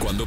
Cuando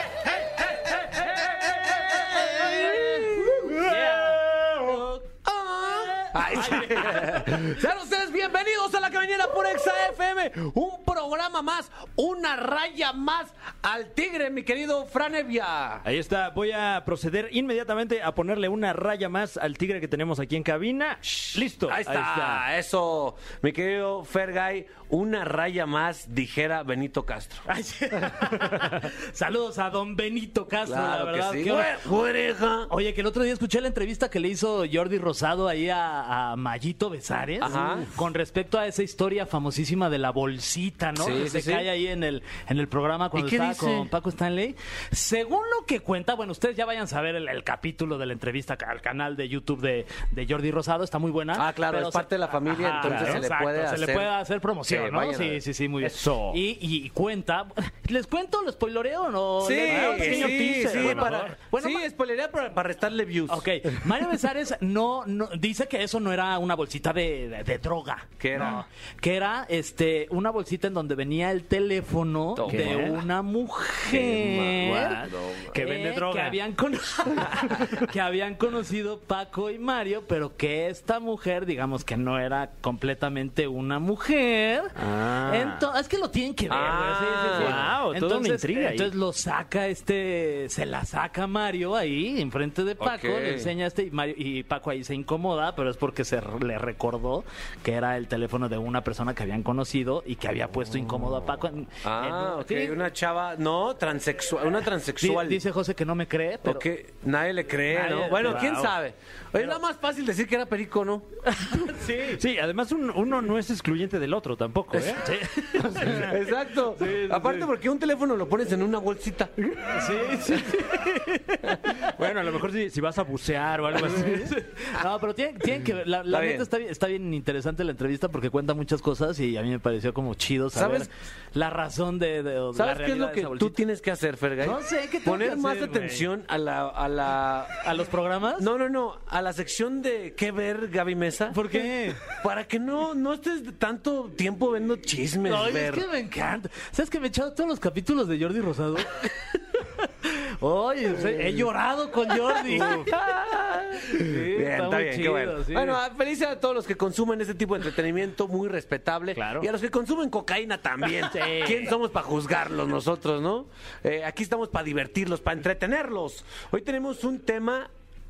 Ay, sí. Sean ustedes bienvenidos a la caminera por Exa FM, un programa más, una raya más al tigre, mi querido Franevia. Ahí está, voy a proceder inmediatamente a ponerle una raya más al tigre que tenemos aquí en cabina. Listo. Ahí está, eso, mi querido Fergay, una raya más, dijera Benito Castro. Ay, sí. Saludos a don Benito Castro, Claro la que verdad. sí. Qué bueno. Jue- juereja. Oye, que el otro día escuché la entrevista que le hizo Jordi Rosado ahí a, a Mayito Besares Ajá. con respecto a esa historia famosísima de la bolsita, ¿no? Sí, que sí, se sí. cae ahí en el, en el programa cuando qué estaba dice? con Paco Stanley. Según lo que cuenta, bueno, ustedes ya vayan a ver el, el capítulo de la entrevista al canal de YouTube de, de Jordi Rosado, está muy buena. Ah, claro, pero es parte de la familia, entonces se le puede se hacer- le puede hacer promoción, Sí, ¿no? vayan a Sí, ver. sí, sí, muy bien. Eso. Y, y cuenta, ¿les cuento, los spoiloreo o no? Sí, ¿Les doy un sí, pequeño teaser, a sí, lo para, mejor? Bueno, sí, ma- spoilería para, para restarle views. Ok, Mario Besares no, no- dice que eso no era una bolsita de, de- de droga. ¿Qué era? No, que era este una bolsita en donde venía el teléfono Toma. de una Qué mujer ma- no, Que vende droga. Eh, que habían cono- que habían conocido Paco y Mario, pero que esta mujer, digamos que no era completamente una mujer. Ah. Ento- es que lo tienen que ver. güey. Ah, Sí, sí, sí. guau, toda una intriga ahí. entonces lo saca este, se la saca Mario ahí enfrente de Paco, Ok. le enseña este y, Mario- y Paco ahí se incomoda, pero es porque se r- le recordó que era el teléfono de una persona que habían conocido y que había puesto incómodo a Paco. en- Ah, en- ok, sí. una chava, no, transexual, una Di- transexual. Dice José que no me cree, pero Ok, nadie le cree, Nadie- ¿no? Bueno, quién Wow. sabe. Es nada más fácil decir que era perico, ¿no? Sí. Sí, además un- uno no es excluyente del otro tampoco, ¿eh? Exacto. Aparte, porque un teléfono lo pones en una bolsita. Bueno, a lo mejor si, si vas a bucear o algo así. No, pero tienen, tienen que ver. La, la Está bien. neta está bien, está bien interesante la entrevista porque cuenta muchas cosas y a mí me pareció como chido saber ¿Sabes? la razón de. de- o la ¿Sabes qué es realidad lo de que esa tú bolsita. tienes que hacer, Fergay? No sé, ¿qué tengo Poner que más hacer, güey? atención a la, a la... ¿A los programas? No, no, no. A la sección de qué ver, Gaby Mesa. ¿Por qué? Para que no, no estés tanto tiempo viendo chismes, Ay, es ver. que me encanta. ¿Sabes que me he echado todos los capítulos de Jordi Rosado? Oye, o sea, he llorado con Jordi. Bien, está está, muy bien, qué chido, bueno. sí. Bueno, ah, felices a todos los que consumen este tipo de entretenimiento muy respetable. Claro. Y a los que consumen cocaína también. ¿Quién somos para juzgarlos nosotros, no? Eh, aquí estamos para divertirlos, para entretenerlos. Hoy tenemos un tema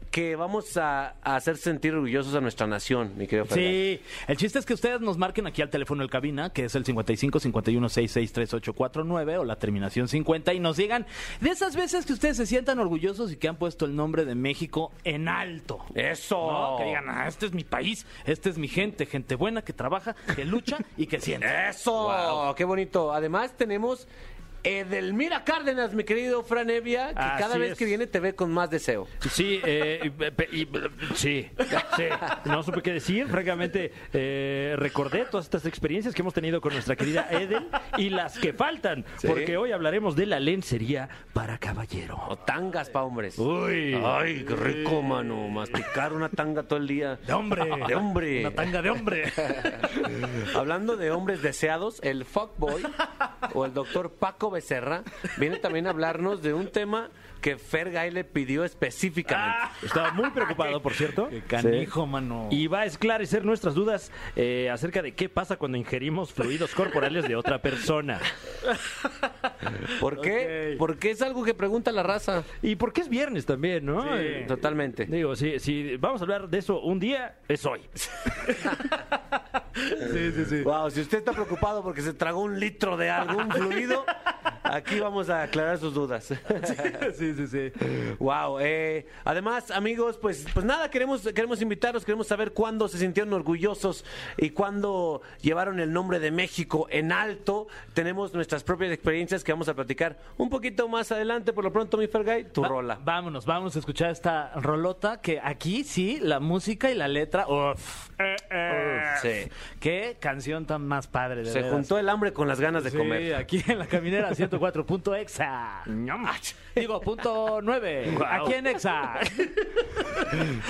que vamos a, a hacer sentir orgullosos a nuestra nación, mi querido Fernández. Sí, el chiste es que ustedes nos marquen aquí al teléfono del cabina, que es el 55 51 66 3849 o la terminación 50 y nos digan de esas veces que ustedes se sientan orgullosos y que han puesto el nombre de México en alto. Eso. ¿no? Que digan, "Ah, este es mi país, esta es mi gente, gente buena que trabaja, que lucha y que siente. Eso. Qué bonito. Además tenemos Edelmira Cárdenas, mi querido Fran Evia, que Así cada vez es. que viene te ve con más deseo. Sí, eh, y- pe- y- sí, sí. No supe qué decir. Francamente, eh, recordé todas estas experiencias que hemos tenido con nuestra querida Eden y las que faltan, porque hoy hablaremos de la lencería para caballero. O tangas pa' hombres. Uy. Ay, qué rico, mano. Masticar una tanga todo el día. De hombre. De hombre. Una tanga de hombre. Hablando de hombres deseados, el fuckboy o el doctor Paco Becerra viene también a hablarnos de un tema que Fergay le pidió específicamente. Estaba muy preocupado, por cierto. Canijo, mano. Y va a esclarecer nuestras dudas eh, acerca de qué pasa cuando ingerimos fluidos corporales de otra persona. ¿Por qué? Ah, Ok. Porque es algo que pregunta la raza. Y porque es viernes también, ¿no? Eh, Totalmente. Digo, si, si vamos a hablar de eso un día, es hoy. Wow, si usted está preocupado porque se tragó un litro de algún fluido, aquí vamos a aclarar sus dudas. sí, sí, sí. Wow, eh, además amigos, pues, pues nada, queremos, queremos invitarlos, queremos saber cuándo se sintieron orgullosos y cuándo llevaron el nombre de México en alto. Tenemos nuestras propias experiencias que vamos a platicar un poquito más adelante. Por lo pronto, mi Fergay, tu Va- rola. Vámonos, vámonos a escuchar esta rolota que aquí sí, la música y la letra. uf. Eh, eh. Sí. Qué canción tan más padre. De Se veras. juntó el hambre con las ganas de Sí, comer. aquí en la caminera 104. punto exa. Digo, punto 9. Wow. Aquí en exa.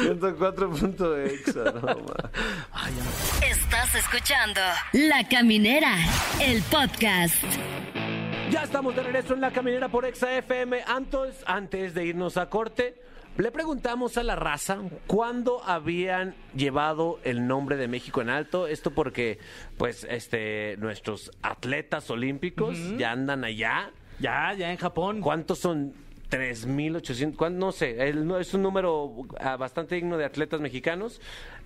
104.exa, no, ma. Estás escuchando La Caminera, el podcast. Ya estamos de regreso en la caminera por Exa FM. Antes, antes de irnos a corte, le preguntamos a la raza cuándo habían llevado el nombre de México en alto. Esto porque, pues, este, nuestros atletas olímpicos ya andan allá. Ya, ya en Japón. ¿Cuántos son? 3.800, ¿cuán- no sé, el nu- es un número ah, bastante digno de atletas mexicanos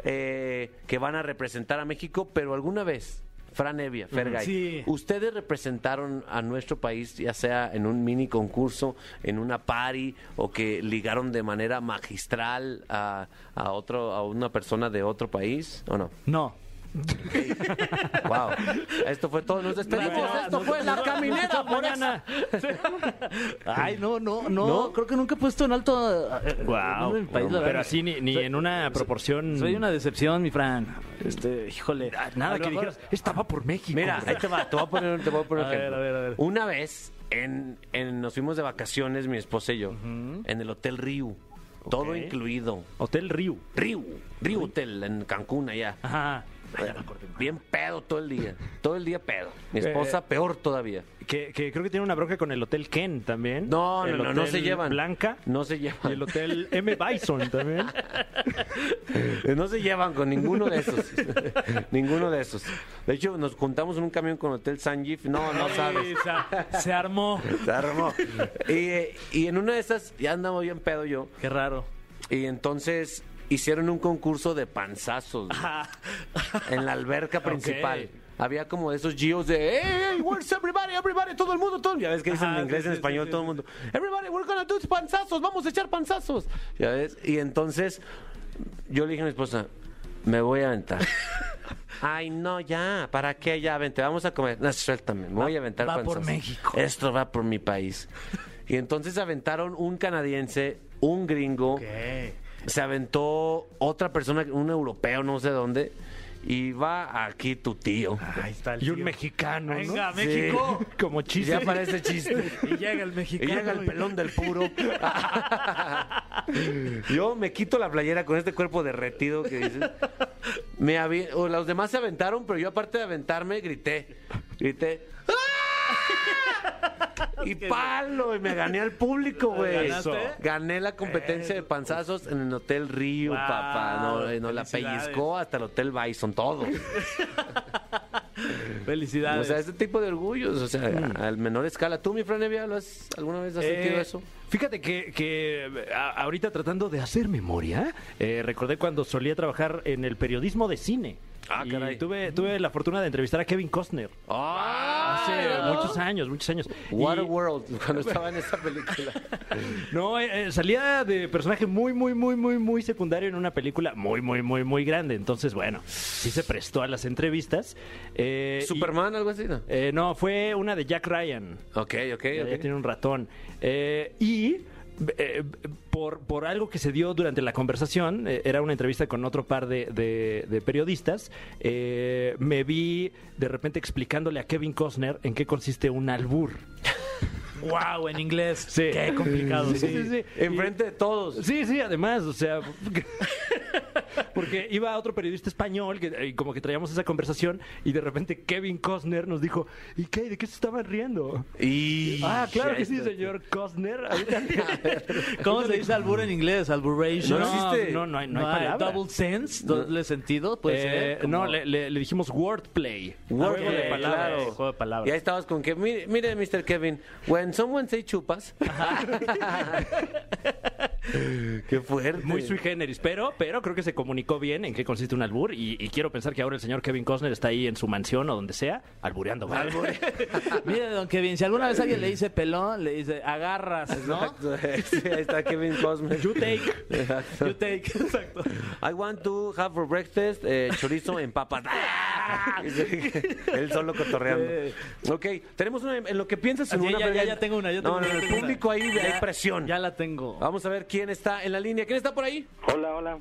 eh, que van a representar a México, pero alguna vez, Fran Evia, Fergay, Sí. ustedes representaron a nuestro país, ya sea en un mini concurso, en una party, o que ligaron de manera magistral a, a otro, a una persona de otro país, ¿o no? No. wow. Esto fue todo, nos despedimos, Bueno, esto nos- fue la nos- caminera nos- por mañana. Ay, no, no, no, ¿No? Creo que nunca he puesto en alto. eh, el Wow. nombre del país, la pero verdad. así ni, ni en una proporción. Soy una decepción, mi Fran. Este, híjole. Nada Mm. A lo que mejor- dijeras, estaba por México. Mira, ahí te va, te voy a poner, te voy a poner un A ver, ejemplo. a ver, a ver. Una vez en, en- nos fuimos de vacaciones, mi esposa y yo, en el Hotel Riu. Todo Ok. incluido. Hotel Río. Riu, Riu Hotel en Cancún allá. Ajá. Bien pedo todo el día. Todo el día pedo. Mi esposa peor todavía. Que, que creo que tiene una bronca con el Hotel Ken también. No, no, El no, no Hotel se llevan. Blanca. No se Y el llevan. Hotel M. Bison también. No se llevan con ninguno de esos. ninguno de esos. De hecho, nos juntamos en un camión con Hotel San Gif. No, no sabes. Sí, se- se armó. Se armó. Y, eh, y en una de esas, ya andaba bien pedo yo. Qué raro. Y entonces hicieron un concurso de panzazos güey, Ah. en la alberca principal. Ok. Había como esos geos de, hey, hey, where's everybody, everybody, todo el mundo, todo. Ya ves que dicen Ajá, en inglés, sí, en sí, español, sí, todo el mundo. Everybody, we're gonna do panzazos, vamos a echar panzazos. Ya ves. Y entonces yo le dije a mi esposa, me voy a aventar. Ay, no, ya, ¿para qué ya? Vente, vamos a comer. No, suéltame, me voy a aventar va por panzazos. México. Esto va por mi país. Y entonces aventaron un canadiense, un gringo, se aventó otra persona, un europeo, no sé dónde, y va aquí tu tío. Ahí está el y un tío. mexicano. ¿no? Venga, Sí. México. Como Y chiste. ya parece chiste. Y llega el Y mexicano. llega el pelón del puro. Yo me quito la playera con este cuerpo derretido que dices. Me avi- o los demás se aventaron, pero yo aparte de aventarme, grité. Grité. ¡Ah! Y palo, y me gané al público, güey. ¿Ganaste? Eh, Gané la competencia de panzazos en el Hotel Río, Wow, papá. No, eh, nos la felicidades. pellizcó hasta el Hotel Bison, todo. O Felicidades. sea, este tipo de orgullos, o sea, a, al menor escala. ¿Tú, mi Franevia, lo has alguna vez has sentido Mm. Eh, eso? Fíjate que, que a- ahorita tratando de hacer memoria, eh, recordé cuando solía trabajar en el periodismo de cine. Ah, Y caray. tuve, tuve la fortuna de entrevistar a Kevin Costner. Hace muchos años, muchos años. Water ah, Y- World, Ah. cuando estaba en esa película. No, eh, eh, salía de personaje muy, muy, muy, muy, muy secundario en una película muy, muy, muy, muy grande. Entonces, bueno, sí se prestó a las entrevistas. Eh, y- Superman, algo así, ¿no? eh, no, fue una de Jack Ryan. Ok, ok, Ya- ya ok. tiene un ratón. Eh, y eh, por, por algo que se dio durante la conversación, eh, era una entrevista con otro par de, de- de periodistas, eh, me vi de repente explicándole a Kevin Costner en qué consiste un albur. Wow, en inglés. Sí. Qué complicado. Sí, sí, sí. Enfrente de todos. Sí, sí, además, o sea, porque iba otro periodista español que, eh, y como que traíamos esa conversación y de repente Kevin Costner nos dijo, ¿y qué? ¿De qué se estaban riendo? Y... Ah, claro que sí, señor Costner. Ahorita- ¿Cómo se dice albur en inglés? Alburation. No existe. No, no hay, no hay palabra. double sense, doble sentido, puede Eh, ser. como- No, le, le- le dijimos wordplay. Word, Juego de eh, palabras, claro. juego de palabras. Y ahí estabas con que, mire, mire, Mr. Kevin, when someone say chupas. Qué fuerte. Muy sui generis, pero, pero creo que se comunicó bien en qué consiste un albur y, y quiero pensar que ahora el señor Kevin Costner está ahí en su mansión o donde sea, albureando. ¿vale? Mire, don Kevin, si alguna vez alguien le dice pelón, le dice agarras, ¿no? Exacto. Sí, ahí está Kevin Costner. You take. Exacto. You take. Exacto. I want to have for breakfast eh, chorizo en papas. Él solo cotorreando. Ok, tenemos una en lo que piensas en Sí, una ya, breve- ya, ya tengo una, ya tengo no, no, una, ya el tengo una. público ahí Ya, Ah, hay presión. Ya la tengo. Vamos a ver quién está en la línea. ¿Quién está por ahí? Hola, hola.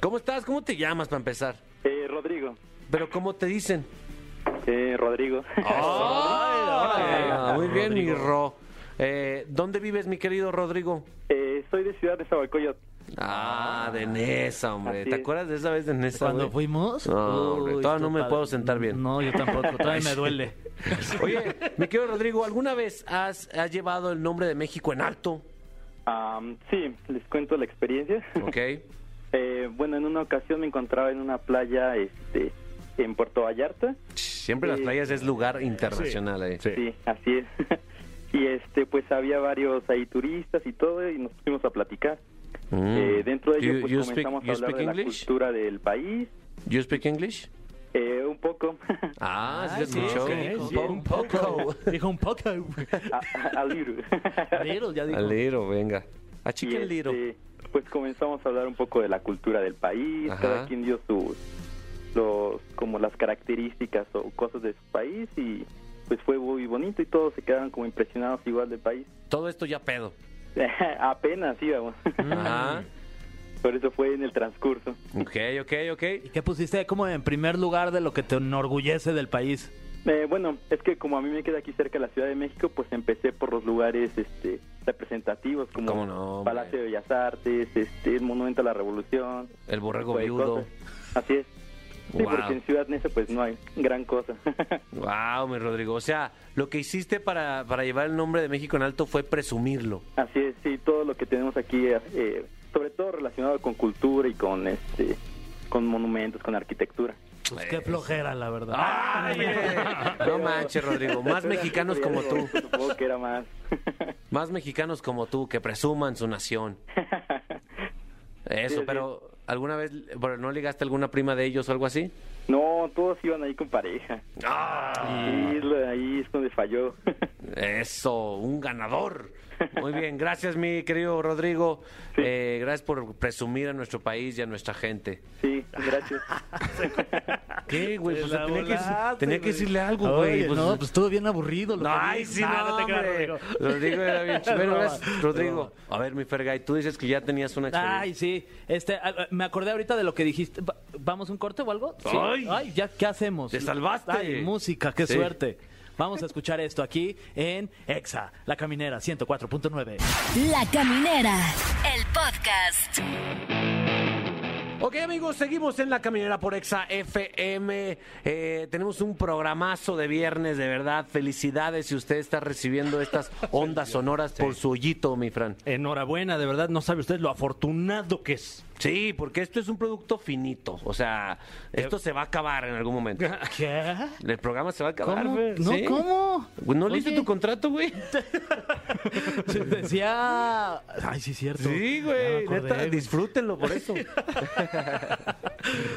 ¿Cómo estás? ¿Cómo te llamas para empezar? Eh, Rodrigo. Pero ¿cómo te dicen? Eh, Rodrigo. Ah, muy bien, mi Ro. Eh, ¿Dónde vives, mi querido Rodrigo? Eh, soy de Ciudad de Zabalcoyot. Ah, de Nesa, hombre. Así ¿Te es. acuerdas de esa vez de Nesa? Cuando güey? fuimos. No, hombre, Uy, todavía no esto me pa- puedo sentar bien. No, yo tampoco. Todavía me duele. Oye, mi querido Rodrigo, ¿alguna vez has, has llevado el nombre de México en alto? Am, sí, les cuento la experiencia. Ok. Eh, bueno, en una ocasión me encontraba en una playa este, en Puerto Vallarta. Siempre las playas es lugar internacional. eh. Sí, así es. y este, pues había varios ahí turistas y todo, y nos pusimos a platicar. Mm. Eh, dentro de You- ello, pues you speak- comenzamos you a hablar speak de la English? cultura del país, ¿You speak English? eh, un poco, Ah, sí, sí, escuchó. ok, Un bien. po- Un poco. Dijo un poco. a, a little. Pero ya dijo. Al liro, venga. A Y, chicken liro. este, pues comenzamos a hablar un poco de la cultura del país, Ajá. cada quien dio sus los como las características o cosas de su país y pues fue muy bonito y todos se quedaron como impresionados igual del país. Todo esto ya pedo. Apenas íbamos. Ajá. Por eso fue en el transcurso. Ok, ok, ok. ¿Y qué pusiste como en primer lugar de lo que te enorgullece del país? Eh, bueno, es que como a mí me queda aquí cerca la Ciudad de México, pues empecé por los lugares este representativos ¿Cómo como no, hombre? Palacio de Bellas Artes, este el Monumento a la Revolución, El borrego pues, viudo. cosas. Así es. Sí, Wow. porque en Ciudad Neza pues no hay gran cosa. Wow, mi Rodrigo. O sea, lo que hiciste para, para llevar el nombre de México en alto fue presumirlo. Así es, sí, todo lo que tenemos aquí, eh, sobre todo relacionado con cultura y con este con monumentos, con arquitectura. Pues qué flojera, la verdad. No manches, Rodrigo. Más Pero mexicanos sí, como Rodrigo, tú. Supongo que era más. Más mexicanos como tú que presuman su nación. Eso, Sí, pero ¿alguna vez bueno, no ligaste a alguna prima de ellos o algo así? No, todos iban ahí con pareja. Ah. Sí, lo- ahí es donde falló. Eso, un ganador. Muy bien, gracias mi querido Rodrigo. Eh, gracias por presumir a nuestro país y a nuestra gente. Sí, gracias. ¿Qué, güey? Te Pues la tenía, que, volaste, tenía que güey. decirle algo, Oye, güey. Pues- no, pues todo bien aburrido. Lo No, que ay, dices. sí, no, te creas, hombre. Rodrigo. Rodrigo era bien chido. Bueno, No, gracias, no. Rodrigo. A ver, mi Fergay, tú dices que ya tenías una experiencia. Ay, sí. Este, ah, me acordé ahorita de lo que dijiste. Va- ¿Vamos a un corte o algo? Sí. Ay. ya, ¿qué hacemos? Te salvaste. Ay, música, qué Sí. suerte. Vamos a escuchar esto aquí en EXA, La Caminera 104.9. La Caminera, el podcast. Ok amigos, seguimos en la caminera por Exa FM. Eh, tenemos un programazo de viernes, de verdad. Felicidades si usted está recibiendo estas ondas sonoras por su hoyito, mi Fran. Enhorabuena, de verdad, no sabe usted lo afortunado que es. Sí, porque esto es un producto finito. O sea, Eh, esto se va a acabar en algún momento. ¿Qué? El programa se va a acabar. ¿Cómo? güey. No, Sí. ¿cómo? Güey, ¿No leíste Oye. tu contrato, güey? Decía. Ay, sí, es cierto. Sí, güey. Ya me acordé, neta, güey. disfrútenlo por eso.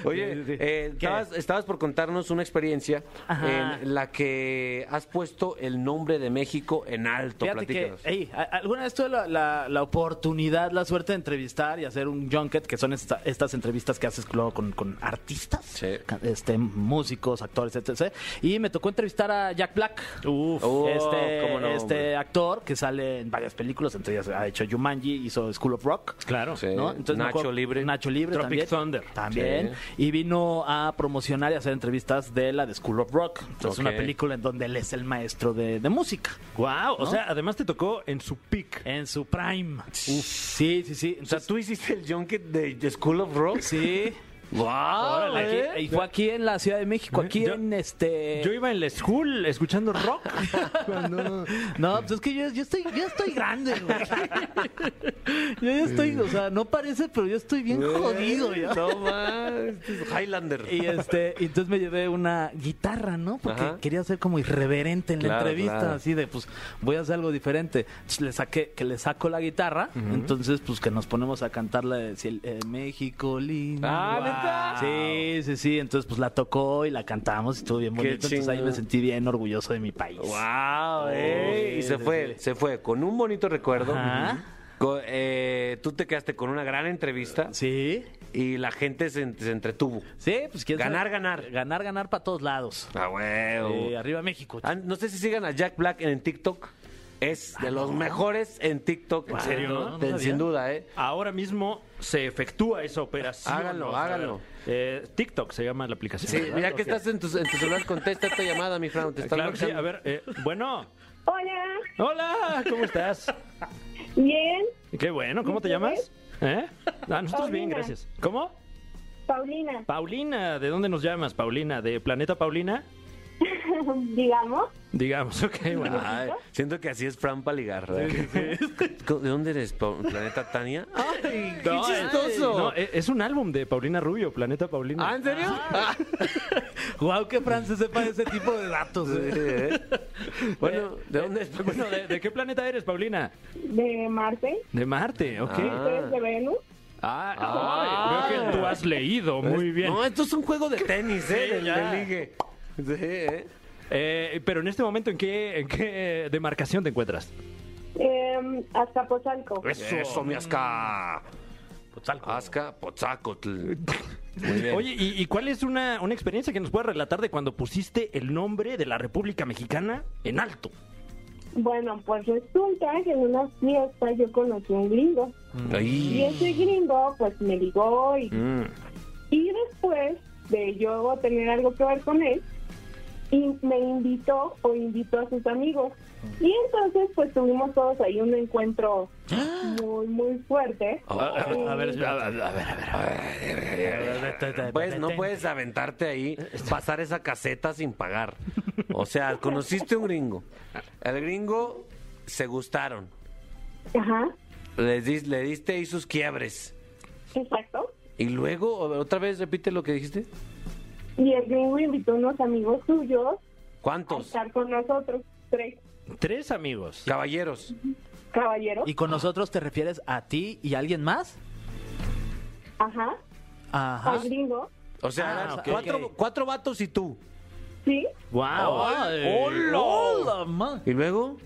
Oye, Sí, sí, sí. eh, ¿Qué? estabas, estabas por contarnos una experiencia Ajá. en la que has puesto el nombre de México en alto. Fíjate que, Platícanos. ey, a- alguna vez tuve la, la- la oportunidad, la suerte de entrevistar y hacer un junket, que son esta- estas entrevistas que haces luego con, con artistas, Sí. ca- este, músicos, actores, etc. Y me tocó entrevistar a Jack Black, Uf. Oh, este, cómo no, este hombre. actor que sale en varias películas, entre ellas ha hecho Jumanji, hizo School of Rock. Claro. Sí. ¿no? me Nacho acuerdo- Libre. Nacho Libre también. Tropic Thunder. También. Y vino a promocionar y hacer entrevistas de la de School of Rock. Entonces, Ok. una película en donde él es el maestro de, de música. Wow, o ¿No? sea, además te tocó en su pick. En su prime. Sí, sí, sí. O sea, Entonces, tú hiciste el junket de The School of Rock. sí. ¡Wow! Órale, aquí- ¿eh? y fue aquí en la Ciudad de México, aquí Yo- en este. Yo iba en la school escuchando rock. no, no, pues es que yo, yo estoy, yo estoy grande, güey. Yo ya estoy, o sea, no parece, pero yo estoy bien jodido, ya. No más. este es Highlander. Y este, y entonces me llevé una guitarra, ¿no? Porque Ajá. quería ser como irreverente en la Claro, entrevista, claro. así de pues voy a hacer algo diferente. Entonces le saqué, que le saco la guitarra, entonces pues que nos ponemos a cantar la de si el- eh, México lindo. Ah, Wow. Sí, sí, sí. Entonces pues la tocó y la cantamos y estuvo bien bonito. Entonces ahí chingón. me sentí bien orgulloso de mi país. ¡Wow! eh. Sí, Y se sí, fue, sí. se fue con un bonito recuerdo. Ajá. Co- eh, tú te quedaste con una gran entrevista Sí. y la gente se, en- se entretuvo. Sí, pues quién sabe? Ganar, ganar. Ganar, ganar para todos lados. ¡Ah, huevo! Eh, arriba México. Ah, no sé si sigan a Jack Black en TikTok. es de los mejores en TikTok. ¿En serio? Ah, No de- sabía. sin duda, ¿eh? Ahora mismo se efectúa esa operación. Hágalo, Vamos a ver. hágalo. Eh, TikTok se llama la aplicación. Sí, ¿verdad? mira que Ok. estás en tu, en tu celular, contesta esta llamada, mi Fran. Te están Claro que sí, marcando. a ver, eh, bueno. Hola, Hola, ¿cómo estás? bien, Qué bueno, ¿cómo te llamas? ¿Eh? Ah, nosotros bien, Paulina. gracias. ¿Cómo? Paulina, Paulina, ¿de dónde nos llamas, Paulina? ¿De Planeta Paulina? digamos, Digamos, ok, bueno. Ay, siento que así es Fran para ligar. ¿verdad? ¿De dónde eres? ¿Pa- ¿Planeta Tania? ¡Ay, qué No, eh, chistoso! no, eh, es un álbum de Paulina Rubio, Planeta Paulina. ¿Ah, en serio? Guau, que Fran se sepa ese tipo de datos. eh. Bueno, ¿de dónde es? Bueno, ¿de, de qué planeta eres, Paulina? de Marte, De Marte, ok. Ah. ustedes de Venus. Ah, ay, veo que tú has leído muy bien. No, esto es un juego de tenis, ¿eh? Sí, de, ya. de ligue. Sí, ¿eh? Eh, pero en este momento, ¿en qué, en qué demarcación te encuentras? Eh, Azcapotzalco. Pues. Eso, mi Azca. Azca, Pozacotl. Pues Muy bien. Ah, Oye, ¿y, y cuál es una, una experiencia que nos puedas relatar de cuando pusiste el nombre de la República Mexicana en alto? Bueno, pues resulta que en una fiesta yo conocí a un gringo. Y Ahí. Mm. ese gringo, pues me ligó y, Mm. y después de yo tener algo que ver con él, y me invitó o invitó a sus amigos. Y entonces, pues tuvimos todos ahí un encuentro muy, muy fuerte. A ver, espera, a ver, a ver, a ver. Pues no puedes aventarte ahí, pasar esa caseta sin pagar. O sea, conociste un gringo. El gringo se gustaron. Ajá, Le, dis- le diste ahí sus quiebres. exacto. Y luego, o- otra vez repite lo que dijiste. Y el gringo invitó a unos amigos suyos a ¿Cuántos? estar con nosotros, tres Tres amigos. Caballeros. caballeros. ¿Y con nosotros te refieres a ti y a alguien más? Ajá, Ajá. al gringo. O sea, Ah, eran ok. cuatro, cuatro vatos y tú. Sí. ¡Wow! ¡Hola! ¡Hola, ma! ¿Y luego?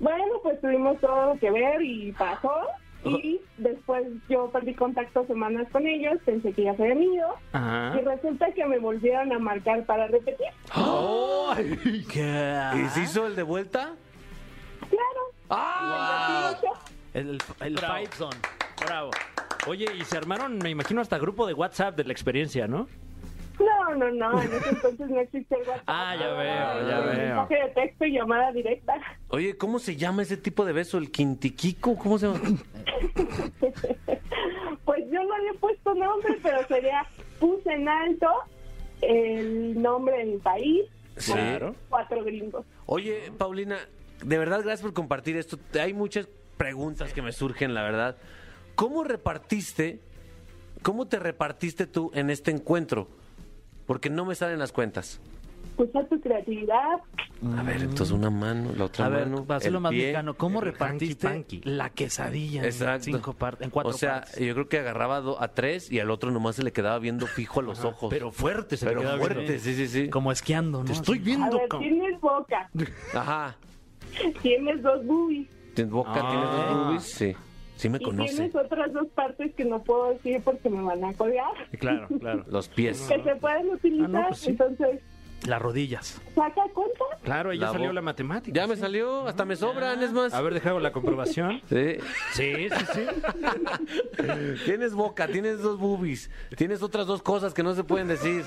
Bueno, pues tuvimos todo lo que ver y pasó. Y después yo perdí contacto semanas con ellos, pensé que ya se habían ido. Ajá. Y resulta que me volvieron a marcar para repetir. ¿Qué? ¿Y se hizo el de vuelta? Claro. ¡Ah! El, el Bravo. Fight Zone. Bravo. Oye, y se armaron, me imagino, hasta grupo de WhatsApp de la experiencia, ¿no? No, no, no. En ese entonces no existía el WhatsApp. Ah, ya veo, ya Era veo. Mensaje de texto y llamada directa. Oye, ¿cómo se llama ese tipo de beso? ¿El quintiquico? ¿Cómo se llama? Pues yo no le he puesto nombre, pero sería puse en alto el nombre de mi país. Sí. Claro. Cuatro gringos. Oye, Paulina, de verdad, gracias por compartir esto. Hay muchas preguntas que me surgen, la verdad. ¿Cómo repartiste, cómo te repartiste tú en este encuentro? Porque no me salen las cuentas. Usa tu creatividad. A ver, entonces una mano, la otra Mm. A ver, mano. va a ser el lo más pie. mexicano. ¿Cómo el repartiste hanky panky. la quesadilla en Exacto. cinco partes, en cuatro o sea, partes? yo creo que agarraba do- a tres y al otro nomás se le quedaba viendo fijo a los ojos. Pero fuerte se Pero me queda viendo. fuerte, sí, sí, sí. Como esquiando, ¿no? eh, Te estoy Así. A viendo, ver, cabrón. tienes boca, Ajá. tienes dos boobies Tienes boca, tienes Ah. dos boobies. Sí. Sí me y conoce. tienes otras dos partes que no puedo decir porque me van a colgar, Ah, Claro, claro. Los pies. que se pueden utilizar. Ah, no, pues sí. Entonces, Las rodillas. saca cuenta. Claro, ahí ya La salió bo- la matemática. Ya me salió, hasta me sobran, es más. A ver, dejamos la comprobación. Sí. Sí, sí, sí. Tienes boca, tienes dos boobies, tienes otras dos cosas que no se pueden decir.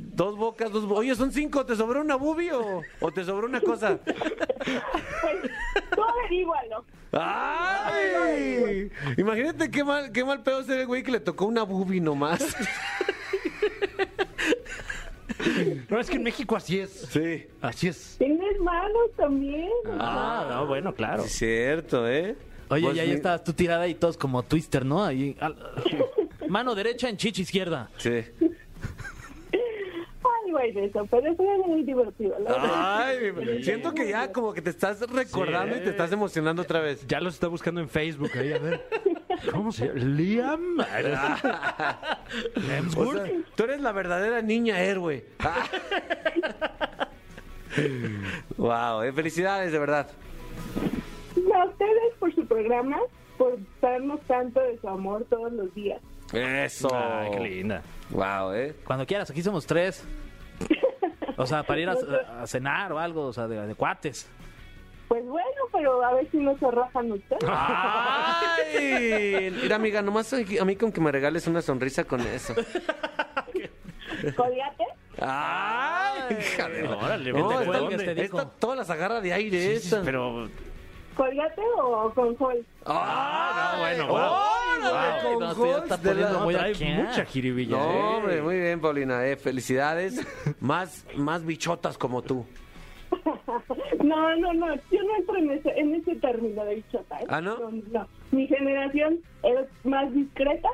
Dos bocas, dos... bo- Oye, son cinco, ¿te sobró una boobie o, o te sobró una cosa? Pues tú averígualo. ¡Ay! Imagínate qué mal, qué mal pedo ser el güey que le tocó una boobie nomás. No, es que en México así es. Sí. Así es. Tienes manos también. Ah, no, bueno, claro. Es cierto, ¿eh? Oye, Pues y ahí mi- estabas tú tirada y todos como twister, ¿no? Ahí, al- Mano derecha en chicha izquierda. Sí. Algo hay de eso, pero eso es muy divertido. la verdad. Ay, mi- siento que ya como que te estás recordando y te estás emocionando otra vez. Ya los está buscando en Facebook ahí, a ver. ¿Cómo se llama? Liam. O sea, tú eres la verdadera niña héroe. wow, eh, felicidades de verdad. No, A ustedes por su programa, por darnos tanto de su amor todos los días. Eso. Ay, qué linda. Wow, eh. Cuando quieras, aquí somos tres. O sea, para ir a, a cenar o algo, o sea, de, de cuates. Pues bueno, pero a ver si no se rajan ustedes. Ah. ¡Ay! Mira, amiga, nomás a mí con que me regales una sonrisa con eso. ¿Colgate? ¡Ay! hija de- Órale, No, vete, esta, ¿dónde? esta- esta todas las agarra de aire, esta. Pero. ¿Colgate o con sol? ¡Ah! no, bueno, ¡Órale, Wow. con No, esto ya está Holz de poniendo la- muy ¿eh? Hay arquear. mucha jiribilla. No, ¿eh? hombre, muy bien, Paulina. eh, felicidades. Más, más bichotas como tú. No, no, no, yo no entro en ese, en ese término de bichota. ¿eh? ¿Ah, no? No, no. Mi generación es más discreta.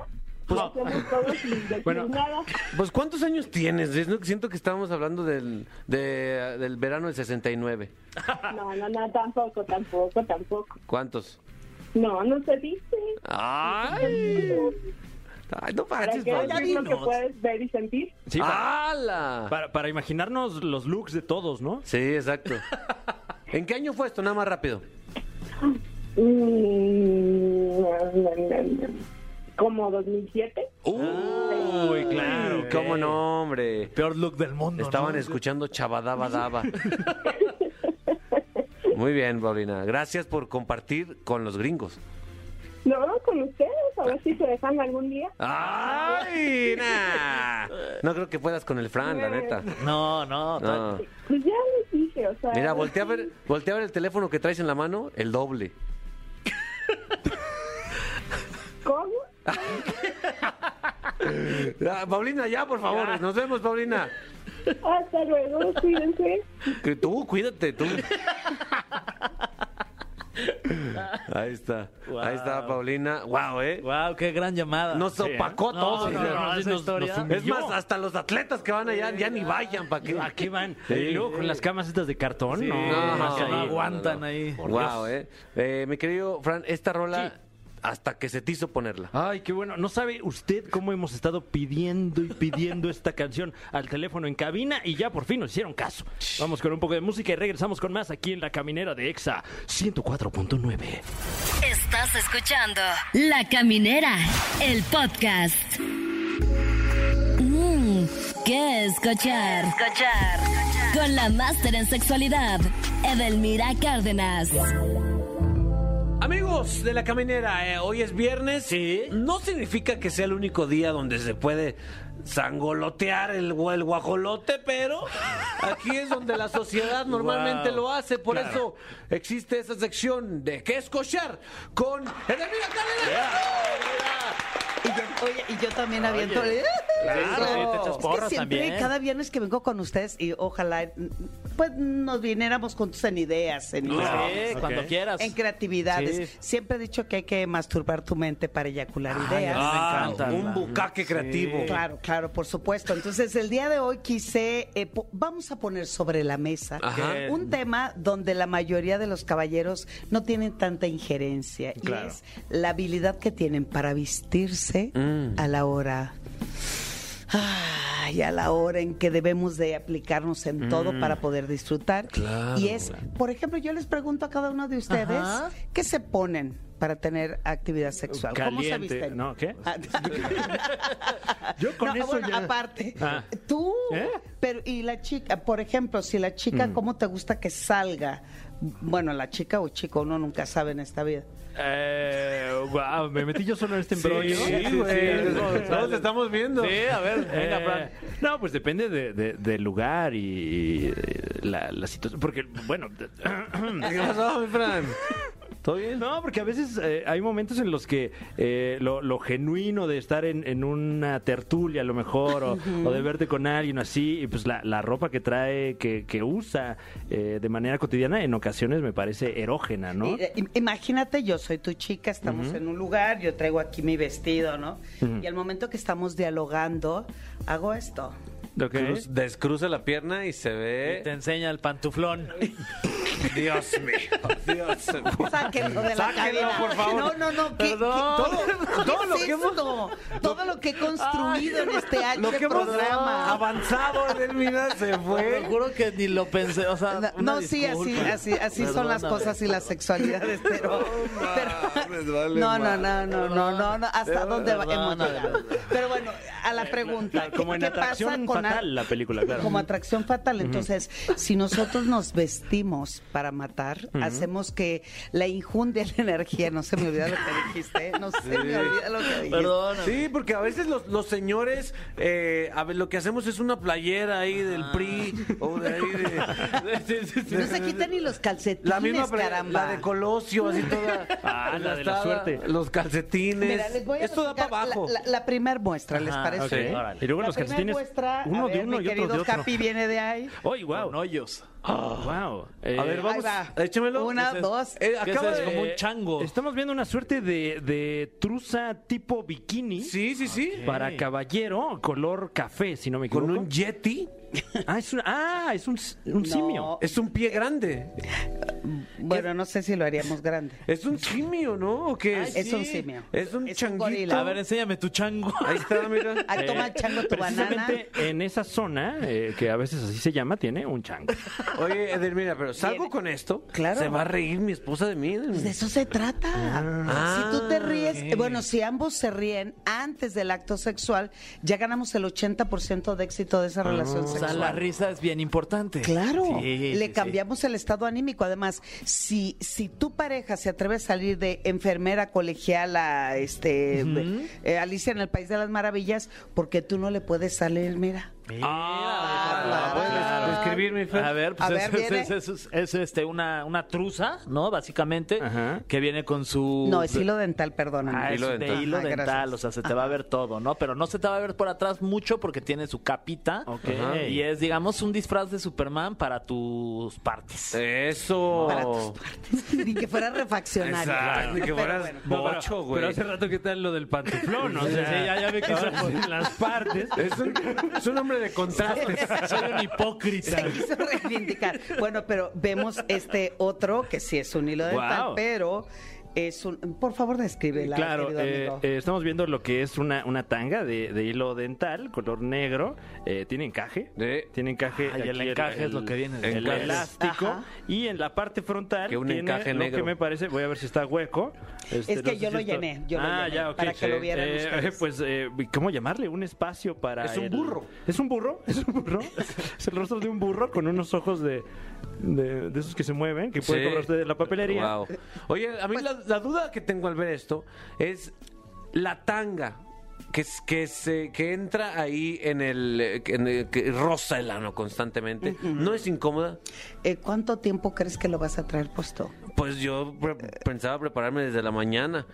Hacemos todo sin decir Bueno. nada. Pues, ¿cuántos años tienes? Es lo que Siento que estábamos hablando del, de- del verano del 69. No, no, no, tampoco, tampoco, tampoco. ¿Cuántos? No, no se dice. ¡Ay! ¡Ay, no ¿Para pares, qué Paulina! decir lo que puedes ver y sentir? Sí, para, Ah. ¡Hala! para- para imaginarnos los looks de todos, ¿no? Sí, exacto. ¿En qué año fue esto? Nada más rápido. Mm, no, no, no, no. ¿Como 2007? Uy, claro. ok. Ah, ¿Cómo no, hombre? Peor look del mundo. ¿no? Estaban escuchando Chabadaba Daba. Muy bien, Paulina. Gracias por compartir con los gringos. No, con ustedes, a ver si se dejan algún día. ¡Ay! nah. No creo que puedas con el Fran, la neta. No, no. No. Pues ya les dije, o sea... Mira, voltea a, ver, voltea a ver el teléfono que traes en la mano, el doble. ¿Cómo? Ah, Paulina, ya, por favor. Nos vemos, Paulina. Hasta luego, cuídense. Que tú, cuídate, tú. Ahí está. Ahí está, Paulina. Wow, ¿eh? Wow, qué gran llamada. Nos opacó No, todo. no, no, esa nos- historia- ¿eh? nos es humilló. más, hasta los atletas que van allá ya ni vayan. ¿Para qué? ¿A qué van? Sí. Y luego con las camas estas de cartón. No, No, más que no ahí. aguantan ahí. Por Wow, ¿eh? Eh, Mi querido Fran, esta rola, hasta que se te hizo ponerla. Ay, qué bueno. No sabe usted cómo hemos estado pidiendo y pidiendo esta canción al teléfono en cabina y ya por fin nos hicieron caso. Vamos con un poco de música y regresamos con más aquí en la caminera de EXA 104.9. Estás escuchando La Caminera, el podcast. Mmm, ¿qué escuchar? Escuchar. Con la máster en sexualidad, Edelmira Cárdenas. Amigos de la caminera, eh, hoy es viernes. Sí. No significa que sea el único día donde se puede sangolotear el, gua- el guajolote, pero aquí es donde la sociedad normalmente Wow. lo hace. Por eso existe esa sección de ¿Qué es cochar? con Edelmira Cárdenas. Y yo, oye, y yo también aviento. ¡Eh! claro, Eso. sí, te echas Es que porras siempre, también. cada viernes que vengo con ustedes, y ojalá mm, pues nos viniéramos juntos en ideas, en, Sí, Ok. cuando quieras. en creatividades. Sí. Siempre he dicho que hay que masturbar tu mente para eyacular ideas. Ah, encanta. un bucaque creativo. Claro, claro, por supuesto. Entonces, el día de hoy quise, eh, po- vamos a poner sobre la mesa Ajá. un tema donde la mayoría de los caballeros no tienen tanta injerencia y es la habilidad que tienen para vestirse Mm. a la hora. Ay, a la hora en que debemos de aplicarnos en Mm. todo para poder disfrutar. Claro. Y es, por ejemplo, yo les pregunto a cada uno de ustedes, Ajá. ¿qué se ponen para tener actividad sexual? ¿Cómo se Caliente. visten? No, ¿qué? Ah, Yo con no, eso bueno, ya- aparte, Ah. tú, ¿Eh? pero y la chica, por ejemplo, si la chica, Mm. ¿cómo te gusta que salga? Bueno, la chica o chico, uno nunca sabe en esta vida. Eh, wow, me metí yo solo en este embrollo. Todos te estamos viendo. Sí, a ver, venga, Eh, Fran. No, pues depende de- de- del lugar y, eh, la, la situación. Porque, bueno, ¿Qué pasó, mi Fran? ¿Todo bien? No, porque a veces eh, hay momentos en los que eh, lo, lo genuino de estar en, en una tertulia, a lo mejor, o, o de verte con alguien así, y pues la, la ropa que trae, que, que usa eh, de manera cotidiana, en ocasiones me parece erógena, ¿no? Mira, eh, im- Imagínate, yo soy tu chica, estamos en un lugar, yo traigo aquí mi vestido, ¿no? Y al momento que estamos dialogando, hago esto. Ok. Cruz- descruza la pierna y se ve. Y te enseña el pantuflón. Dios mío. Dios mío. Sáquenlo de la Sáquenlo, cabina. por favor. No, no, no. ¿qué- qué- Perdón. todo, todo lo es que hemos- esto? todo lo que he construido en este año Lo que hemos Ah, programa. avanzado, Edelmira, se Te lo fue. juro que ni lo pensé. O sea, ¿Eh? No, Ah, una no, sí, así, disculpa. así, así son las Perdóname. cosas y las sexualidades, pero, pero les vale No, no, madre. no, no, no, no, no, hasta Perdón, dónde va- hemos perdón, llegado. Pero bueno, a la pregunta, ¿qué, Como en qué pasa atracción con a- fatal la película, claro. como atracción fatal? Entonces, si nosotros nos vestimos para matar, hacemos que la injundia la energía, no se me olvida lo que dijiste, ¿eh? no se me olvida lo que dijiste. Perdón. Sí, porque a veces los, los señores, eh, a ver, lo que hacemos es una playera ahí Ah. del PRI o de ahí de... de- de- No se quitan ni los calcetines, La misma pre- caramba. la de Colosio, así toda. Ah, la de la aplastada, suerte. Los calcetines. Mira, les voy a Esto da platicar para abajo. La, la- la primer muestra, ¿les parece? ok. Órale. Y luego la los primer calcetines, muestra, a uno de ver, uno mi y otro querido de otro. Capi viene de ahí. ¡Oy, wow! Con hoyos. ¡Wow! Eh, A ver, Ahí vamos. va. Échemelo. Una, Ese- dos. Eh, ah, ¿Qué acaba es de- eso? Como un chango. Estamos viendo una suerte de, de truza tipo bikini. Sí, sí, sí. Para caballero, color café, si no me equivoco. Ah, Con un yeti. Ah, es, una- ah, es un, s- un No. simio. Es un pie grande. Bueno, no sé si lo haríamos grande. Es un simio, ¿no? ¿O qué es? Es un simio. Es un changuito. gorila. A ver, enséñame tu chango. Ahí está, mira. Ahí toma el chango tu banana. Eh, Precisamente en esa zona, eh, que a veces así se llama, tiene un chango. Eh, Oye, Edelmira, pero salgo Viene. con esto. Claro. Se va a reír mi esposa de mí. Pues de eso se trata. Ah. si tú te ríes, bueno, si ambos se ríen antes del acto sexual, ya ganamos el 80% de éxito de esa Ah. relación O sea, la sexual. risa es bien importante. Claro, Sí, le sí, cambiamos el estado anímico. Además, si, si tu pareja se atreve a salir de enfermera, colegiala, este, eh, Alicia en el País de las Maravillas, porque tú no le puedes salir, mira. sí. Ah, Mira, bueno, claro. es- describirme, Fer. A ver, pues A es, ver, es- viene. es- es- es, este, una, una truza, ¿no? Básicamente, Ajá. que viene con su... No, es hilo dental, perdóname. Ah, es Hilo dental. de hilo Ajá, dental, gracias. o sea, se te va a ver todo, ¿no? Pero no se te va a ver por atrás mucho porque tiene su capita. Ok. Y es, digamos, un disfraz de Superman para tus partes. Eh, Eso. Para tus partes. Ni que fuera refaccionario. Exacto, ni que Pero fueras bueno. bocho, güey. rato que tal lo del pantuflón, o sea, ahora por las partes. Es un, es un hombre de contrastes. Soy un hipócrita. se quiso reivindicar. Bueno, pero vemos este otro que sí es un hilo dental, Guau. pero es un. Por favor, descríbela, Claro, querido eh, amigo. eh, estamos viendo lo que es una, una tanga de, de hilo dental, color negro. eh, tiene encaje. De- Tiene encaje. Ay, Ah, el aquí encaje es lo que viene de- El Encaje. elástico. Ajá. Y en la parte frontal. Que un tiene encaje lo negro. que me parece. Voy a ver si está hueco. Este, Es que no sé yo si lo esto- llené, yo lo ah, llené, ya, ok. para que lo vieran Eh, ustedes. Pues, eh, ¿cómo llamarle? Un espacio para. Es un el- burro. Es un burro. Es un burro. es el rostro de un burro con unos ojos de. De, de esos que se mueven, que puede Sí. cobrar usted de la papelería. Guau. Oye, a mí la, la duda que tengo al ver esto es la tanga que es, que se que entra ahí en el eh, que, en el- que roza el ano constantemente. No es incómoda. Eh, ¿Cuánto tiempo crees que lo vas a traer puesto? Pues yo pre- pensaba prepararme desde la mañana.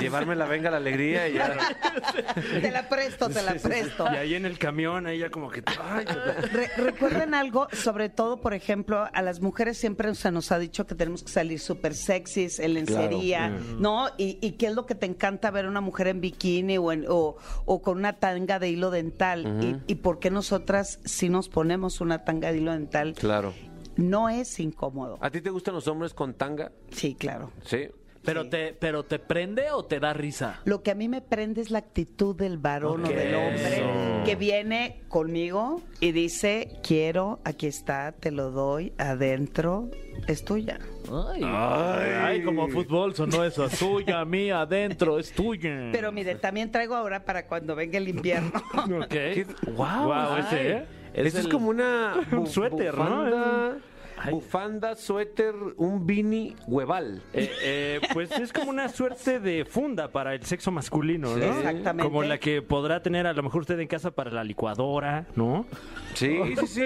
Llevarme la venga la alegría y ya. Te la presto, te la presto. Y ahí en el camión, ahí ya como que. Ay, Re- Recuerden algo, sobre todo, por ejemplo, a las mujeres siempre se nos ha dicho que tenemos que salir súper sexys, en lencería, ¿no? Y, y qué es lo que te encanta ver una mujer en bikini o, en- o, o con una tanga de hilo dental. y, y por qué nosotras, si nos ponemos una tanga de hilo dental, Claro. no es incómodo. Ah. ¿A ti te gustan los hombres con tanga? Sí, claro. Sí. Pero, te, pero te prende o te da risa. Lo que a mí me prende es la actitud del varón Ok. o del hombre Eso. que viene conmigo y dice, quiero, aquí está, te lo doy, adentro, es tuya. Mm. Ay, ay. como fútbol sonó eso. Es tuya, mía, adentro, es tuya. Pero mire, también traigo ahora para cuando venga el invierno. ok. Wow, ¿Eh? Guau, ay. ese, ¿eh? Es Eso es el- como una un suéter, ¿no? bufanda, Ay. Bufanda, suéter, un bini hueval. Eh, eh, pues es como una suerte de funda para el sexo masculino, ¿no? Exactamente. Como la que podrá tener a lo mejor usted en casa para la licuadora, ¿no? Sí, sí, sí.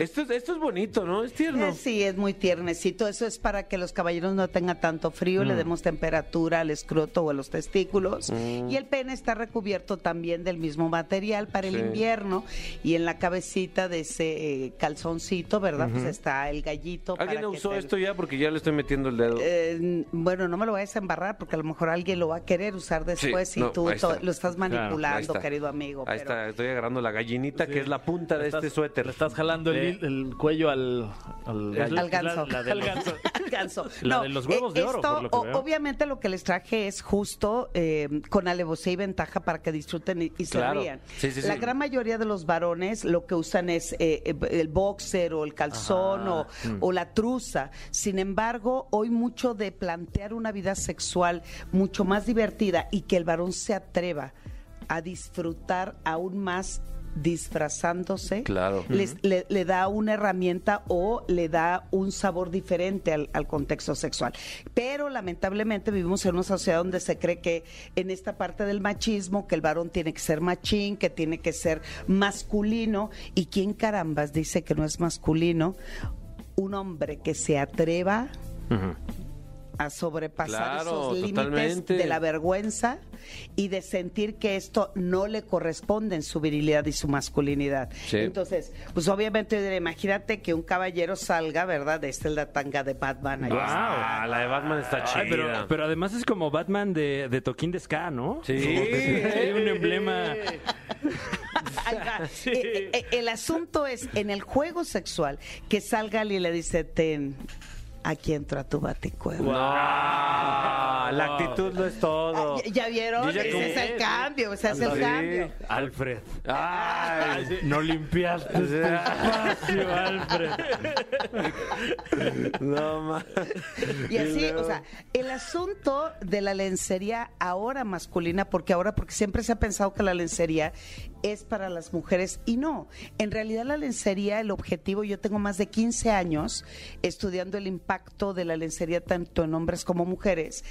Esto, es- esto es bonito, ¿no? Es tierno. Eh, Sí, es muy tiernecito. Eso es para que los caballeros no tengan tanto frío, Mm. le demos temperatura al escroto o a los testículos. Mm. Y el pene está recubierto también del mismo material para el invierno. Y en la cabecita de ese eh, calzoncito, ¿verdad? Pues está el gallito. ¿Alguien para que usó te- esto ya? Porque ya le estoy metiendo el dedo. Eh, bueno, no me lo vayas a embarrar porque a lo mejor alguien lo va a querer usar después y no, tú ahí está. to- lo estás Ahí manipulando, está. querido amigo. Ahí pero- está, estoy agarrando la gallinita que es la punta de este suéter. Le estás jalando el, hil- el cuello al, al Es la- Al ganso. la- la de Al los- ganso. Al ganso. La de los huevos eh, de oro, esto, por lo que o- veo. Obviamente lo que les traje es justo eh, con alevosía y ventaja para que disfruten y, y Claro. se rían. Sí, sí, la sí. Ah, gran mayoría de los varones lo que usan es eh, eh, el boxer o el calzón o, mm. o la truza. Sin embargo, hoy mucho de plantear una vida sexual mucho más divertida y que el varón se atreva a disfrutar aún más disfrazándose, Claro. les- le, le da una herramienta o le da un sabor diferente al, al contexto sexual. Pero lamentablemente vivimos en una sociedad donde se cree que en esta parte del machismo, que el varón tiene que ser machín, que tiene que ser masculino, y quién carambas dice que no es masculino, un hombre que se atreva a sobrepasar Claro, esos límites totalmente. de la vergüenza y de sentir que esto no le corresponde en su virilidad y su masculinidad. Sí. Entonces, pues obviamente yo diría, imagínate que un caballero salga, ¿verdad? De esta es la tanga de Batman. ahí está. Ah, la de Batman está chida. Ay, pero, pero además es como Batman de, de Toquín de Ska, ¿no? Sí. Como que Hay un emblema. Ahí va. Eh, eh, el asunto es, en el juego sexual, que salga alguien y le dice, ten, aquí entra tu baticueva. No, Ah, la actitud no es Ah, todo. ¿Ya, ya vieron? Yo ya Ese como- es el cambio, ese es el Sí. cambio. Alfred. Ay, No limpiaste tu espacio, Alfred. no ma- Y así, luego- o sea, el asunto de la lencería ahora masculina, porque ahora, porque siempre se ha pensado que la lencería es para las mujeres y no. En realidad la lencería, el objetivo, yo tengo más de 15 años estudiando el impacto de la lencería tanto en hombres como mujeres.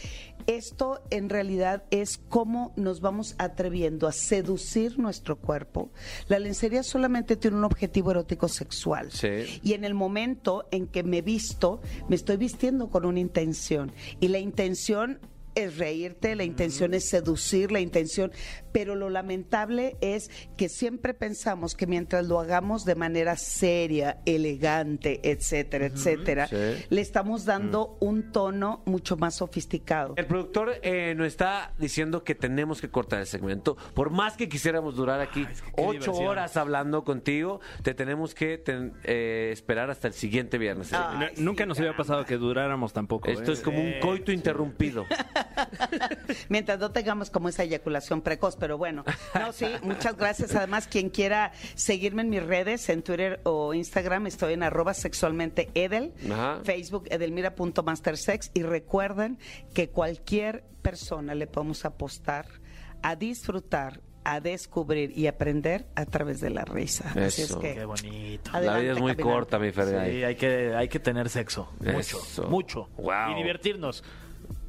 Esto en realidad es cómo nos vamos atreviendo a seducir nuestro cuerpo. La lencería solamente tiene un objetivo erótico sexual. Sí. Y en el momento en que me visto, me estoy vistiendo con una intención. Y la intención es reírte, la intención es seducir, la intención, pero lo lamentable es que siempre pensamos que mientras lo hagamos de manera seria, elegante, etcétera, etcétera, Sí. le estamos dando un tono mucho más sofisticado. El productor eh, nos está diciendo que tenemos que cortar el segmento. Por más que quisiéramos durar aquí ocho diversión. horas hablando contigo, te tenemos que ten- eh, esperar hasta el siguiente viernes. Ah. Ay, No- nunca sí, nos había pasado que duráramos tampoco. Esto ¿eh? es como un coito interrumpido. Mientras no tengamos como esa eyaculación precoz, pero bueno. No, sí, muchas gracias. Además, quien quiera seguirme en mis redes, en Twitter o Instagram, estoy en arroba sexualmente edel, Ajá. Facebook edelmira.mastersex y recuerden que cualquier persona le podemos apostar a disfrutar, a descubrir y aprender a través de la risa. Así es Eso. que Qué bonito. La vida es muy adelante, caminante. corta, mi Fergay. Sí, hay que, hay que tener sexo. Mucho. Eso. Mucho. Wow. Y divertirnos.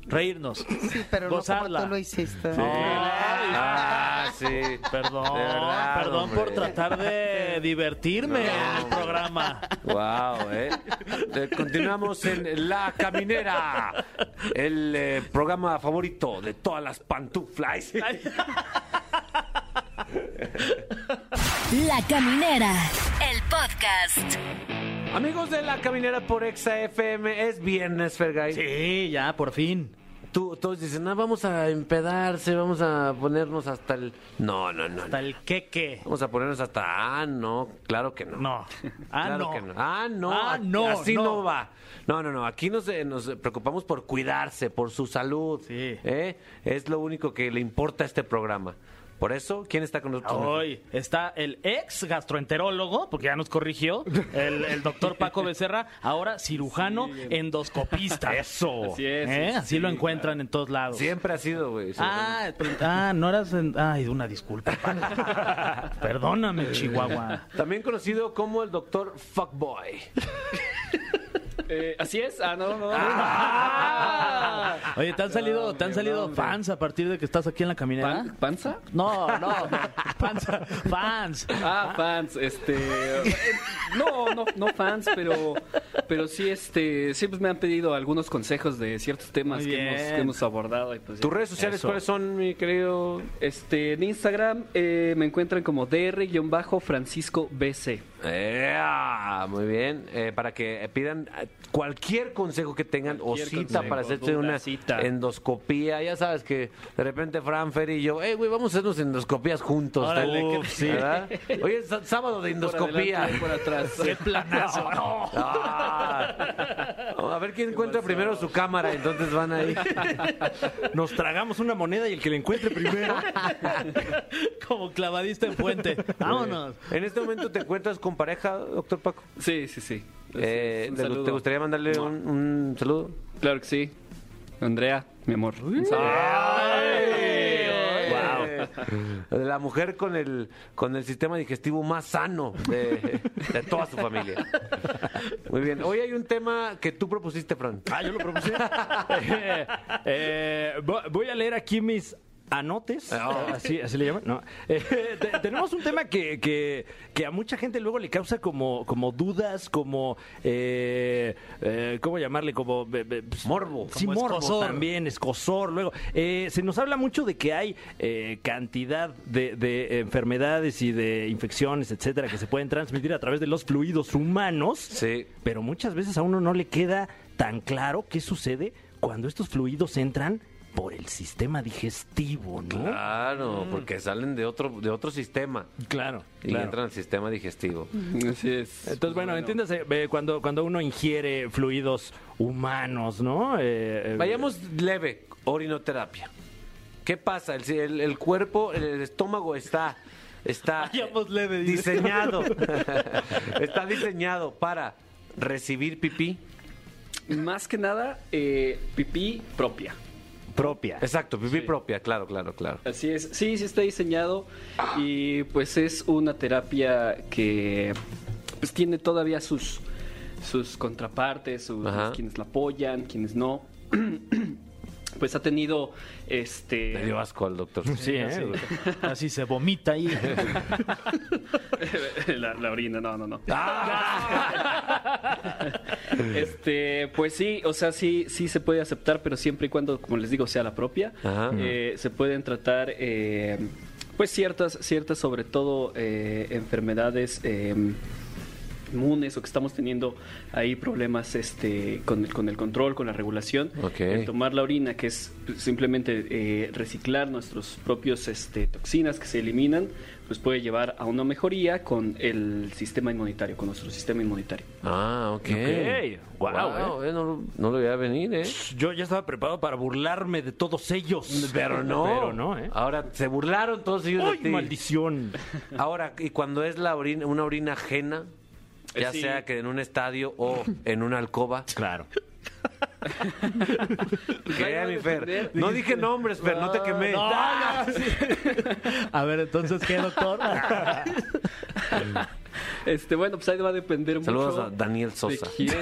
Reírnos. Sí, pero no como gozarla. tú lo hiciste. Sí. Ah, sí. Perdón, De verdad, perdón por hombre. tratar de divertirme en el programa. Wow, ¿eh? Eh, Continuamos en La Caminera, el eh, programa favorito de todas las pantuflas. La Caminera, el podcast. Amigos de La Caminera por Exa FM, es viernes, Fergay. Sí, ya, por fin. Tú, todos dicen, no, vamos a empedarse, vamos a ponernos hasta el... No, no, no. no. Hasta el queque. Vamos a ponernos hasta... Ah, no, claro que no. No. Ah, Claro no. que no. Ah, no. Ah, no. Así no, no. va. No, no, no. Aquí nos, eh, nos preocupamos por cuidarse, por su salud. Sí. ¿eh? Es lo único que le importa a este programa. Por eso, ¿quién está con nosotros? Hoy está el ex gastroenterólogo, porque ya nos corrigió, el, el doctor Paco Becerra, ahora cirujano endoscopista. Eso. Así es, sí, Así lo encuentran en todos lados. Siempre ha sido, güey. Ah, pero- ah, no eras. en- Ay, una disculpa. Paco. Perdóname, Chihuahua. También conocido como el doctor Fuckboy. Eh, así es. Ah, no, no. Ah. Oye, ¿te han salido, te han Hombre, salido hombre. fans a partir de que estás aquí en la caminera? Pan- ¿Panza? No, no, fans, fans. Ah, fans, este. eh, No, no, no fans, pero, pero sí, este. Sí, pues me han pedido algunos consejos de ciertos temas Muy que hemos, bien. que hemos abordado. Y pues, ¿Tus redes sociales Eso. cuáles son, mi querido? Este, en Instagram eh, me encuentran como dr-francisco-bc. ¡Ea! muy bien. Eh, para que eh, pidan eh, cualquier consejo que tengan o Cualquier cita consejo, para hacerte duda, una cita. endoscopía. Ya sabes que de repente Fran, Fer y yo, hey, güey, vamos a hacernos endoscopías juntos. Órale, tal- ¿qué te- ¿verdad? Hoy es sá- sábado de Por adelante, endoscopía. por atrás. planazo! No. Ah. a ver quién encuentra primero su cámara, entonces van ahí. Nos tragamos una moneda y el que la encuentre primero. Como clavadista en puente. Vámonos. En este momento te encuentras con pareja, doctor Paco. Sí, sí, sí. Eh, es, un ¿te gu- saludo. ¿Te gustaría mandarle un, un saludo? Claro que sí. Andrea, mi amor. un saludo. Wow. La mujer con el, con el sistema digestivo más sano de, de toda su familia. Muy bien. Hoy hay un tema que tú propusiste, Fran. Ah, yo lo propuse. Eh, eh, vo- voy a leer aquí mis anotes. Así, así le llaman. No. Eh, te- tenemos un tema que, que- que a mucha gente luego le causa como, como dudas, como. eh, eh, ¿Cómo llamarle? Como. be- be- pues, Morbo. Sí, Como morbo escozor. también, escosor. Luego, Eh, se nos habla mucho de que hay eh, cantidad de, de enfermedades y de infecciones, etcétera, que se pueden transmitir a través de los fluidos humanos. Sí. Pero muchas veces a uno no le queda tan claro qué sucede cuando estos fluidos entran por el sistema digestivo, ¿no? Claro, porque salen de otro, de otro sistema Claro, y entran al sistema digestivo. Así es. Entonces, bueno, entiéndase, eh, cuando, cuando uno ingiere fluidos humanos, ¿no? Eh, eh, Vayamos leve, orinoterapia. ¿Qué pasa? El, el- el cuerpo, el estómago está, está Vayamos leve, dice. diseñado. está diseñado para recibir pipí. Más que nada, eh, pipí propia. propia. Exacto, pipí propia, claro, claro, claro. Así es, sí, sí está diseñado y pues es una terapia que pues tiene todavía sus, sus contrapartes, sus, Ajá. quienes la apoyan, quienes no. pues ha tenido este... Le dio asco al doctor. Sí, ¿eh? Así se vomita ahí. la, la orina, no, no, no. Ah. este, pues sí, o sea, sí, sí se puede aceptar, pero siempre y cuando, como les digo, sea la propia. Ajá. Eh, se pueden tratar, eh, pues ciertas, ciertas, sobre todo eh, enfermedades. eh, inmunes o que estamos teniendo ahí problemas este con el con el control con la regulación Ok. El tomar la orina que es simplemente eh, reciclar nuestros propios este, toxinas que se eliminan pues puede llevar a una mejoría con el sistema inmunitario con nuestro sistema inmunitario Ah, ok. Ok, guau, Guau, eh, no, no lo voy a venir, ¿eh? Yo ya estaba preparado para burlarme de todos ellos. Pero no. Pero no, ¿eh? Ahora, se burlaron todos ellos de ¡Ay, ti. maldición! Ahora, y cuando es la orina, una orina ajena, Eh, ya sí. sea que en un estadio o en una alcoba. Claro. Crea, van a Ah, mi Fer. defender. No dije nombres, Fer, no te quemé. A ver, entonces, ¿qué, doctor? este bueno pues ahí va a depender Saludos mucho a Daniel Sosa. de quién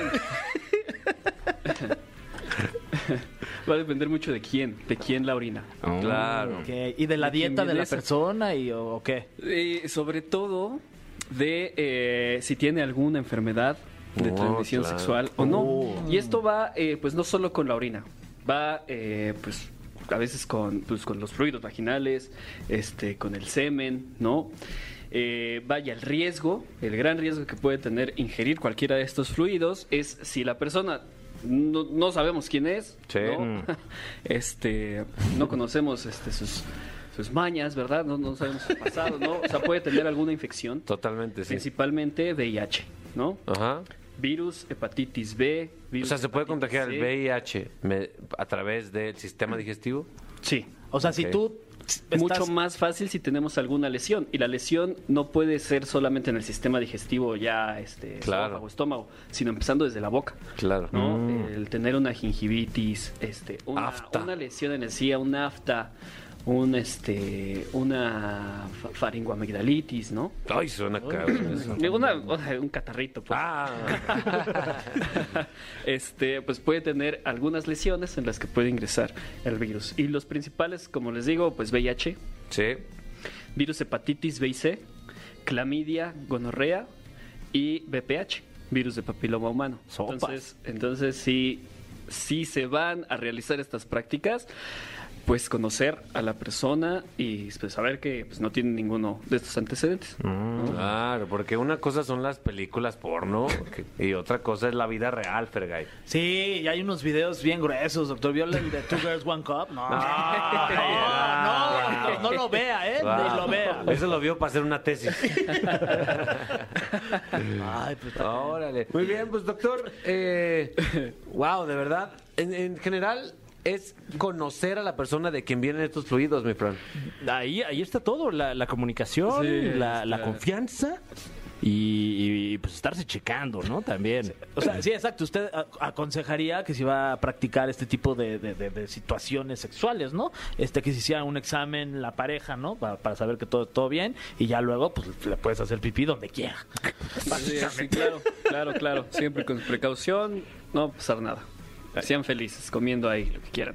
va a depender mucho de quién de quién la orina Oh, Claro. Ok, ¿Y de la ¿De quién dieta de viene la eso? persona y, o, o qué? Eh, sobre todo de eh, si tiene alguna enfermedad de Oh, transmisión claro. sexual o no. Y esto va, eh, pues no solo con la orina, va, eh, pues a veces con, pues, con los fluidos vaginales, este, con el semen, ¿no? Eh, vaya, el riesgo, el gran riesgo que puede tener ingerir cualquiera de estos fluidos es si la persona no, no sabemos quién es, Sí. Mm. ¿no? este, no conocemos este, sus, sus mañas, ¿verdad? No, no sabemos su pasado, ¿no? O sea, puede tener alguna infección, Totalmente, sí. principalmente VIH, ¿no? Ajá. Virus, hepatitis B, O virus. sea, ¿se puede hepatitis contagiar C. el VIH me- a través del sistema digestivo? Sí. O sea, si Ok. tú estás- Mucho más fácil si tenemos alguna lesión. Y la lesión no puede ser solamente en el sistema digestivo, ya este, Claro. esófago, estómago, sino empezando desde la boca. Claro. Mm. ¿no? El tener una gingivitis, este, una, Afta. una lesión en el CIA, un afta, un este, una fa- faringoamigdalitis, ¿no? Ay, suena cabrón eso. Digo, una- una- un catarrito, pues. Ah, este, pues puede tener algunas lesiones en las que puede ingresar el virus. Y los principales, como les digo, pues VIH, sí. virus hepatitis B y C, clamidia, gonorrea y VPH, virus de papiloma humano. Sopas. Entonces, entonces si, si se van a realizar estas prácticas, pues conocer a la persona y pues, saber que pues, no tiene ninguno de estos antecedentes. Mm. Claro, porque una cosa son las películas porno que- y otra cosa es la vida real, Fergay. Sí, y hay unos videos bien gruesos, doctor. ¿Vio el de Two Girls, One Cup? No. Ah, no, no, no lo vea, ¿eh? Ni lo vea. Eso lo vio para hacer una tesis. Ay, pues, Órale. Muy bien, pues doctor, eh, wow, de verdad. En, en general es conocer a la persona de quien vienen estos fluidos, mi Fran. Ahí, ahí está todo, la, la comunicación, Sí, la, la está. confianza y, y, pues estarse checando, ¿no? También. O sea, sí, exacto. Usted a- aconsejaría que si va a practicar este tipo de, de- de- de situaciones sexuales, ¿no? Este, que se hiciera un examen la pareja, ¿no? Pa- Para, saber que todo, todo bien y ya luego, pues, le puedes hacer pipí donde quiera. Sí, sí, claro, claro, claro. Siempre con precaución, no va a pasar nada. Sean felices, comiendo ahí lo que quieran.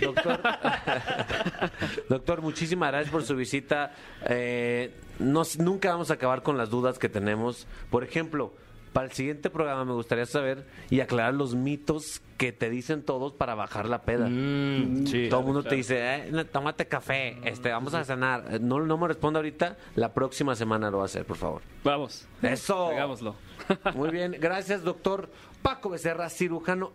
Doctor, doctor, muchísimas gracias por su visita. Eh, no s- nunca vamos a acabar con las dudas que tenemos. Por ejemplo, para el siguiente programa me gustaría saber y aclarar los mitos que te dicen todos para bajar la peda. Mm, sí. Todo el mundo te dice, eh, no, tómate café, este, vamos a cenar. Eh, No, no me responda ahorita, la próxima semana lo va a hacer, por favor. Vamos. Eso. Hagámoslo. Muy bien, gracias doctor Paco Becerra, cirujano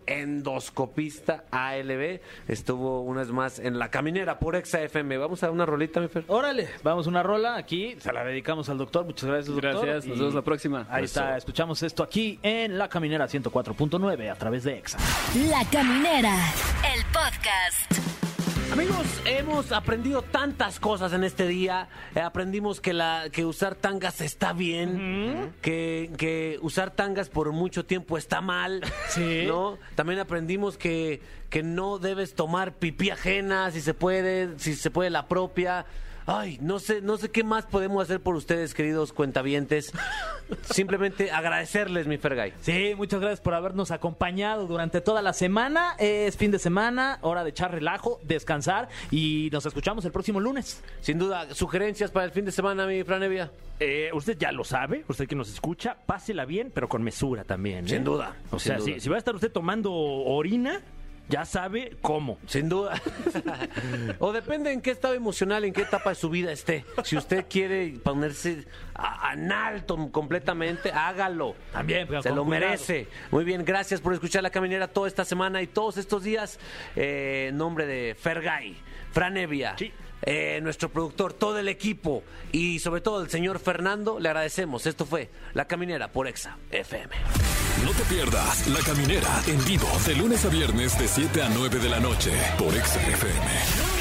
endoscopista ALB. Estuvo unas más en la caminera por Exa FM. Vamos a dar una rolita, mi Fer. Órale, vamos una rola aquí, se la dedicamos al doctor, muchas gracias doctor. Gracias, nos Y vemos la próxima. Ahí está, escuchamos esto aquí en La Caminera 104.9 a través de EXA. La Caminera, el podcast. Amigos, hemos aprendido tantas cosas en este día. Eh, aprendimos que, la, que usar tangas está bien, que, que usar tangas por mucho tiempo está mal. Sí. ¿no? También aprendimos que, que no debes tomar pipí ajena, si se puede, si se puede la propia. Ay, no sé, no sé qué más podemos hacer por ustedes, queridos cuentavientes. Simplemente agradecerles, mi Fergay. Sí, muchas gracias por habernos acompañado durante toda la semana. Es fin de semana, hora de echar relajo, descansar y nos escuchamos el próximo lunes. Sin duda, sugerencias para el fin de semana, mi Franevia. Eh, usted ya lo sabe, usted que nos escucha, pásela bien, pero con mesura también. ¿eh? Sin duda, O sin sea, duda. Si, si va a estar usted tomando orina, ya sabe cómo. Sin duda. o depende en qué estado emocional, en qué etapa de su vida esté. Si usted quiere ponerse a- analto completamente, hágalo. También, pero Se con lo cuidado. merece. Muy bien, gracias por escuchar La Caminera toda esta semana y todos estos días. Eh, en nombre de Fergay, Fran Evia, Sí. eh, nuestro productor, todo el equipo y sobre todo el señor Fernando, le agradecemos. Esto fue La Caminera por Exa FM. No te pierdas La Caminera en vivo de lunes a viernes de 7 a 9 de la noche por Exa FM.